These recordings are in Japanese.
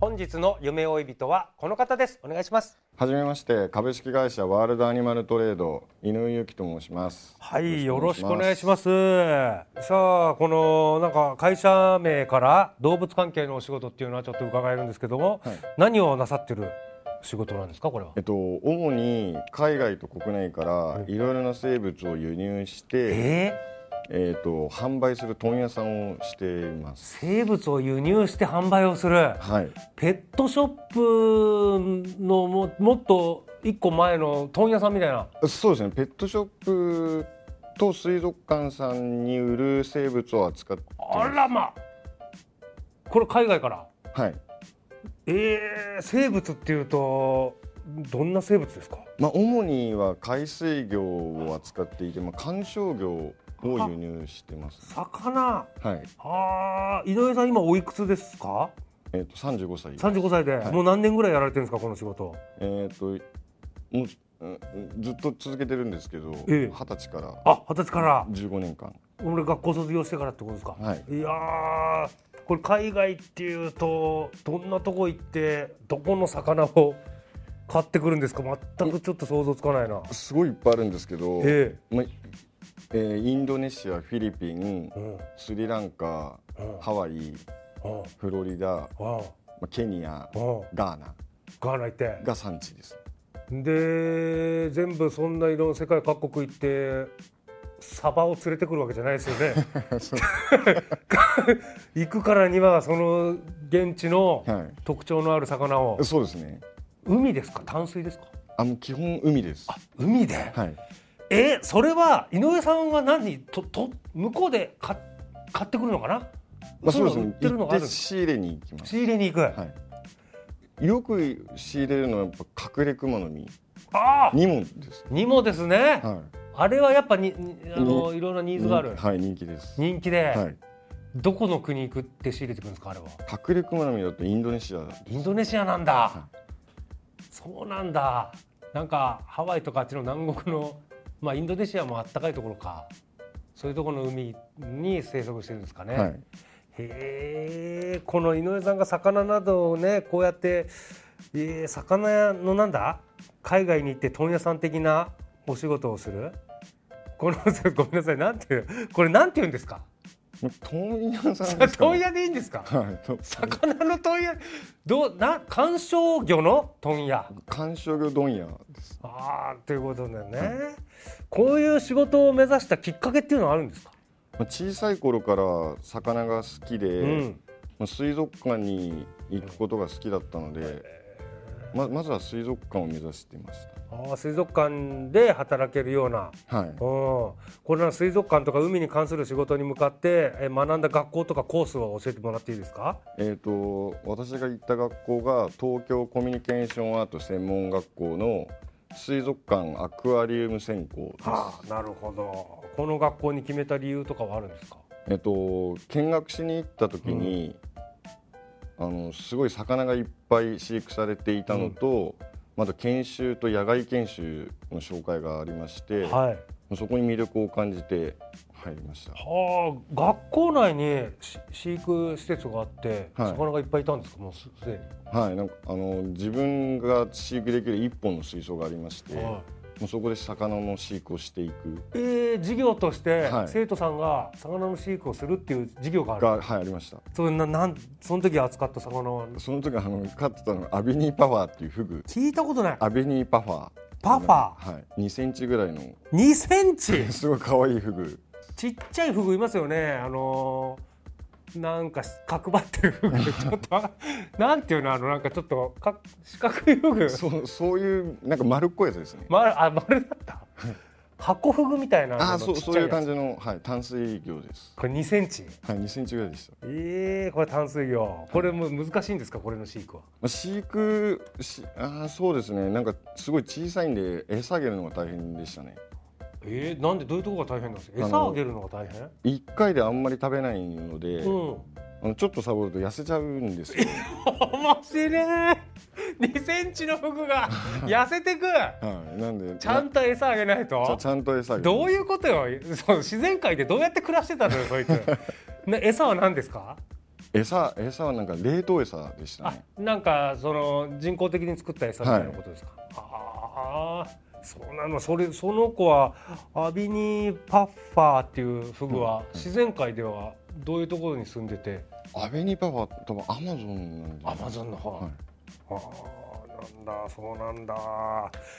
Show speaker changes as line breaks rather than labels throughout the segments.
本日の夢追い人はこの方ですお願いします
はじめまして株式会社ワールドアニマルトレード井上由紀と申します
はいよろしくお願いし
ま
ますさあこのなんか会社名から動物関係のお仕事っていうのはちょっと伺えるんですけども、
はい
何をなさってる仕事なんですかこれは
えっと主に海外と国内からいろいろな生物を輸入して、
え
えっと販売する問屋さんをしています
生物を輸入して販売をする
はい
ペットショップのももっと一個前の問屋さんみたいな
そうですねペットショップと水族館さんに売る生物を扱って
あらまこれ海外から
はい
えー、生物っていうとどんな生物ですか
まあ主には海水魚を扱っていてまあ観賞魚を輸入してます
魚
はい
あー井上さん今おいくつですか
えっと35歳
35歳で、
はい
もう何年ぐらいやられてるんですかこの仕事
えっ、ともううんずっと続けてるんですけど、二
ええ
十歳から
あ二十歳から
15年間、
俺学校卒業してからってことですか、
はい、
いやーこれ海外っていうとどんなとこ行ってどこの魚を買ってくるんですか全くちょっと想像つかないな。
すごいいっぱいあるんですけど、
え
まえーインドネシア、フィリピン
え、うんうん
スリランカ、ハワイ、
うん
フロリダ、
うん
まケニア、
うん
ガーナ
ガーナ行って
が産地です。
で全部そんないろんな世界各国行ってサバを連れてくるわけじゃないですよね 行くからにはその現地の
は
特徴のある魚を
い、そうですね。
海ですか淡水ですか
あの基本海です。
海で
はい、
えそれは井上さんは何とと向こうで買っ買ってくるのかな、
まあそう
いの
です
売っ
ね。
てる
行
の
っ
があ
て
る仕
仕入れに行きます。
入れに行く、
はい。よく仕入れるのはやっぱ隠れ熊の実、
ああ
ニモンです。
にもですね、
はい。
あれはやっぱににあのいろんなニーズがある、
はい人気です
人気で、
はい
どこの国行くって仕入れてくるんですかあれは
迫力まなみだとインドネシア
インドネシアなんだ、
は
そうなんだなんかハワイとかあっちの南国のまあインドネシアもあったかいところかそういうところの海に生息してるんですかね、
はい
へえこの井上さんが魚などをねこうやって、えー魚屋のなんだ海外に行って問屋さん的なお仕事をするこのごめんなさいなんていうこれなんて言うんですか
もう問屋さんで すか、
問
ね、
屋でいいんですか
はいと
魚の問屋どうな観賞魚の問屋
観賞魚問屋です
あーということでね、こういう仕事を目指したきっかけっていうのはあるんですか、
まあ小さい頃から魚が好きで、
うん
まあ水族館に行くことが好きだったので、ままずは水族館を目指していまし
あー水族館で働けるような
たはい
うん、これら水族館とか海に関する仕事に向かってえー学んだ学校とかコースを教えてもらっていいですか
えー、と私が行った学校が東京コミュニケーションアート専門学校の水族館アクアリウム専攻です、
あなるほどこの学校に決めた理由とかはあるんですか
えっと、見学しに行った時に、あのすごい魚がいっぱい飼育されていたのと、また研修と野外研修の紹介がありまして、
はい
そこに魅力を感じて入りました
はあ学校内にし飼育施設があって、
はい
魚がいっぱいいたんですかもうすでに、
はいなんかあの自分が飼育できる一本の水槽がありまして、
はい
もうそこで魚の飼育をしていく
えー、授業として
はい
生徒さんが魚の飼育をするっていう授業がある、
が、はい、ありました
それななんその時扱った魚は
その時あの飼ってたのがアビニーパファーっていうフグ
聞いたことない
アビニーパファー
パファー
はい、2センチぐらいの
2センチ
すごい可愛いフグ
ちっちゃいフグいますよね。あのーなんか角張ってるフグちょっ となんていうのあのなんかちょっとか四角いフグ。
そうそういうなんか丸っこいやつですね
まあ丸だった。箱フグみたいな
ああ
の
そう
ちっちゃ
そういう感
やつ
じの、はい、淡水魚です
これ2センチ。
はい2センチぐらいでした、
ええこれ淡水魚。これもう難しいんですかこれの飼育は。
まあ、飼育しああそうですねなんかすごい小さいんで餌あげるのが大変でしたね
ええなんでどういうところが大変なんですか。
あの
餌あげるのが大変。
1回であんまり食べないので、
うん。
あのちょっとサボると痩せちゃうんですよ、
面白い。2センチのフグが痩せてく。
はい、なんで
ちゃんと餌あげないと。
ちゃちゃんと餌あげる
どういうことよ、そう自然界でどうやって暮らしてたのよ、そいつ。ね、餌は何ですか。
餌餌はなんか冷凍餌でした
あ
ね、
なんか、その人工的に作った餌みたいなことですか。ああ、そうなの、それ、その子は。アビニパッファーっていうフグは、自然界では。どういうところに住んでて、
アベニパパ多分アマゾンなんで
アマゾンの方。
はい
ああ、なんだ、そうなんだ。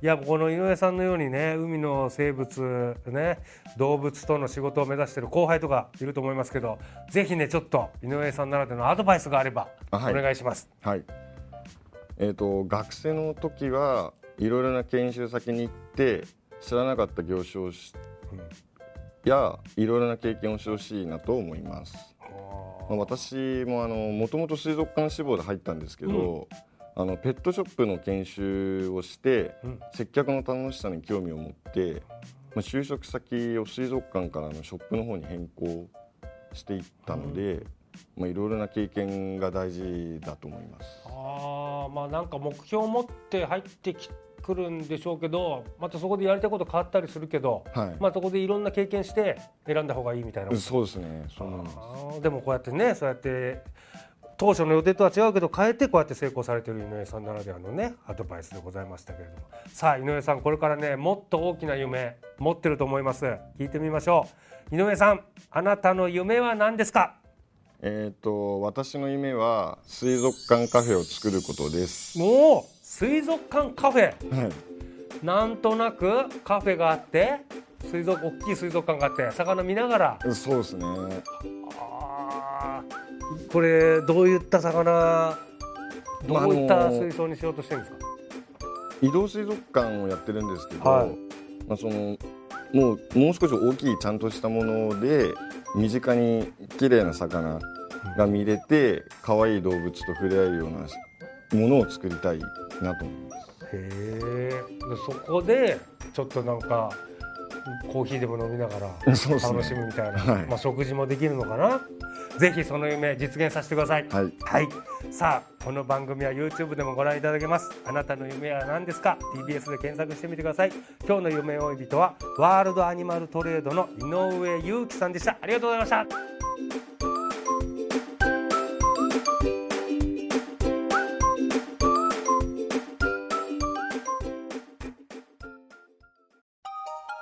いや、この井上さんのようにね、海の生物、ね、動物との仕事を目指してる後輩とかいると思いますけど、ぜひね、ちょっと井上さんならではのアドバイスがあれば、お
あはい
願いします。
はい。えっ、と学生の時はいろいろな研修先に行って知らなかった業種をし、やいろいろな経験をしてほしいなと思います。まあ、私もあのもともと水族館志望で入ったんですけど、あのペットショップの研修をして、
うん
接客の楽しさに興味を持って、まあ、就職先を水族館からあのショップの方に変更していったので、まあ、いろいろな経験が大事だと思います。
ああ、まあ、なんか目標を持って入ってきくるんでしょうけど、またそこでやりたいこと変わったりするけど、
はい、
まあ、そこでいろんな経験して選んだ方がいいみたいな。
そうですね。そう思います
あーでもこうやってねそうやって当初の予定とは違うけど変えてこうやって成功されてる井上さんならではのねアドバイスでございましたけれどもさあ井上さんこれからねもっと大きな夢持ってると思います聞いてみましょう井上さんあなたの夢は何ですか
えっ、と私の夢は水族館カフェを作ることです。
おお水族館カフェ
はい。
なんとなくカフェがあって水族大きい水族館があって魚見ながら
そうですね。
あーこれどういった魚どういっ
まああ
た
の
水槽にしようとしてるんですか、
移動水族館をやってるんですけど、
はい
まあそのもうもう少し大きいちゃんとしたもので身近に綺麗な魚が見れて可愛い動物と触れ合えるようなものを作りたいなと思います。
へえそこでちょっとなんかコーヒーでも飲みながら
そうですね
楽しむみたいな、
はい
まあ、食事もできるのかなぜひその夢実現させてください
はい。
はい、さあこの番組は YouTube でもご覧いただけますあなたの夢は何ですか TBS で検索してみてください今日の夢追い人はワールドアニマルトレードの井上裕樹さんでしたありがとうございました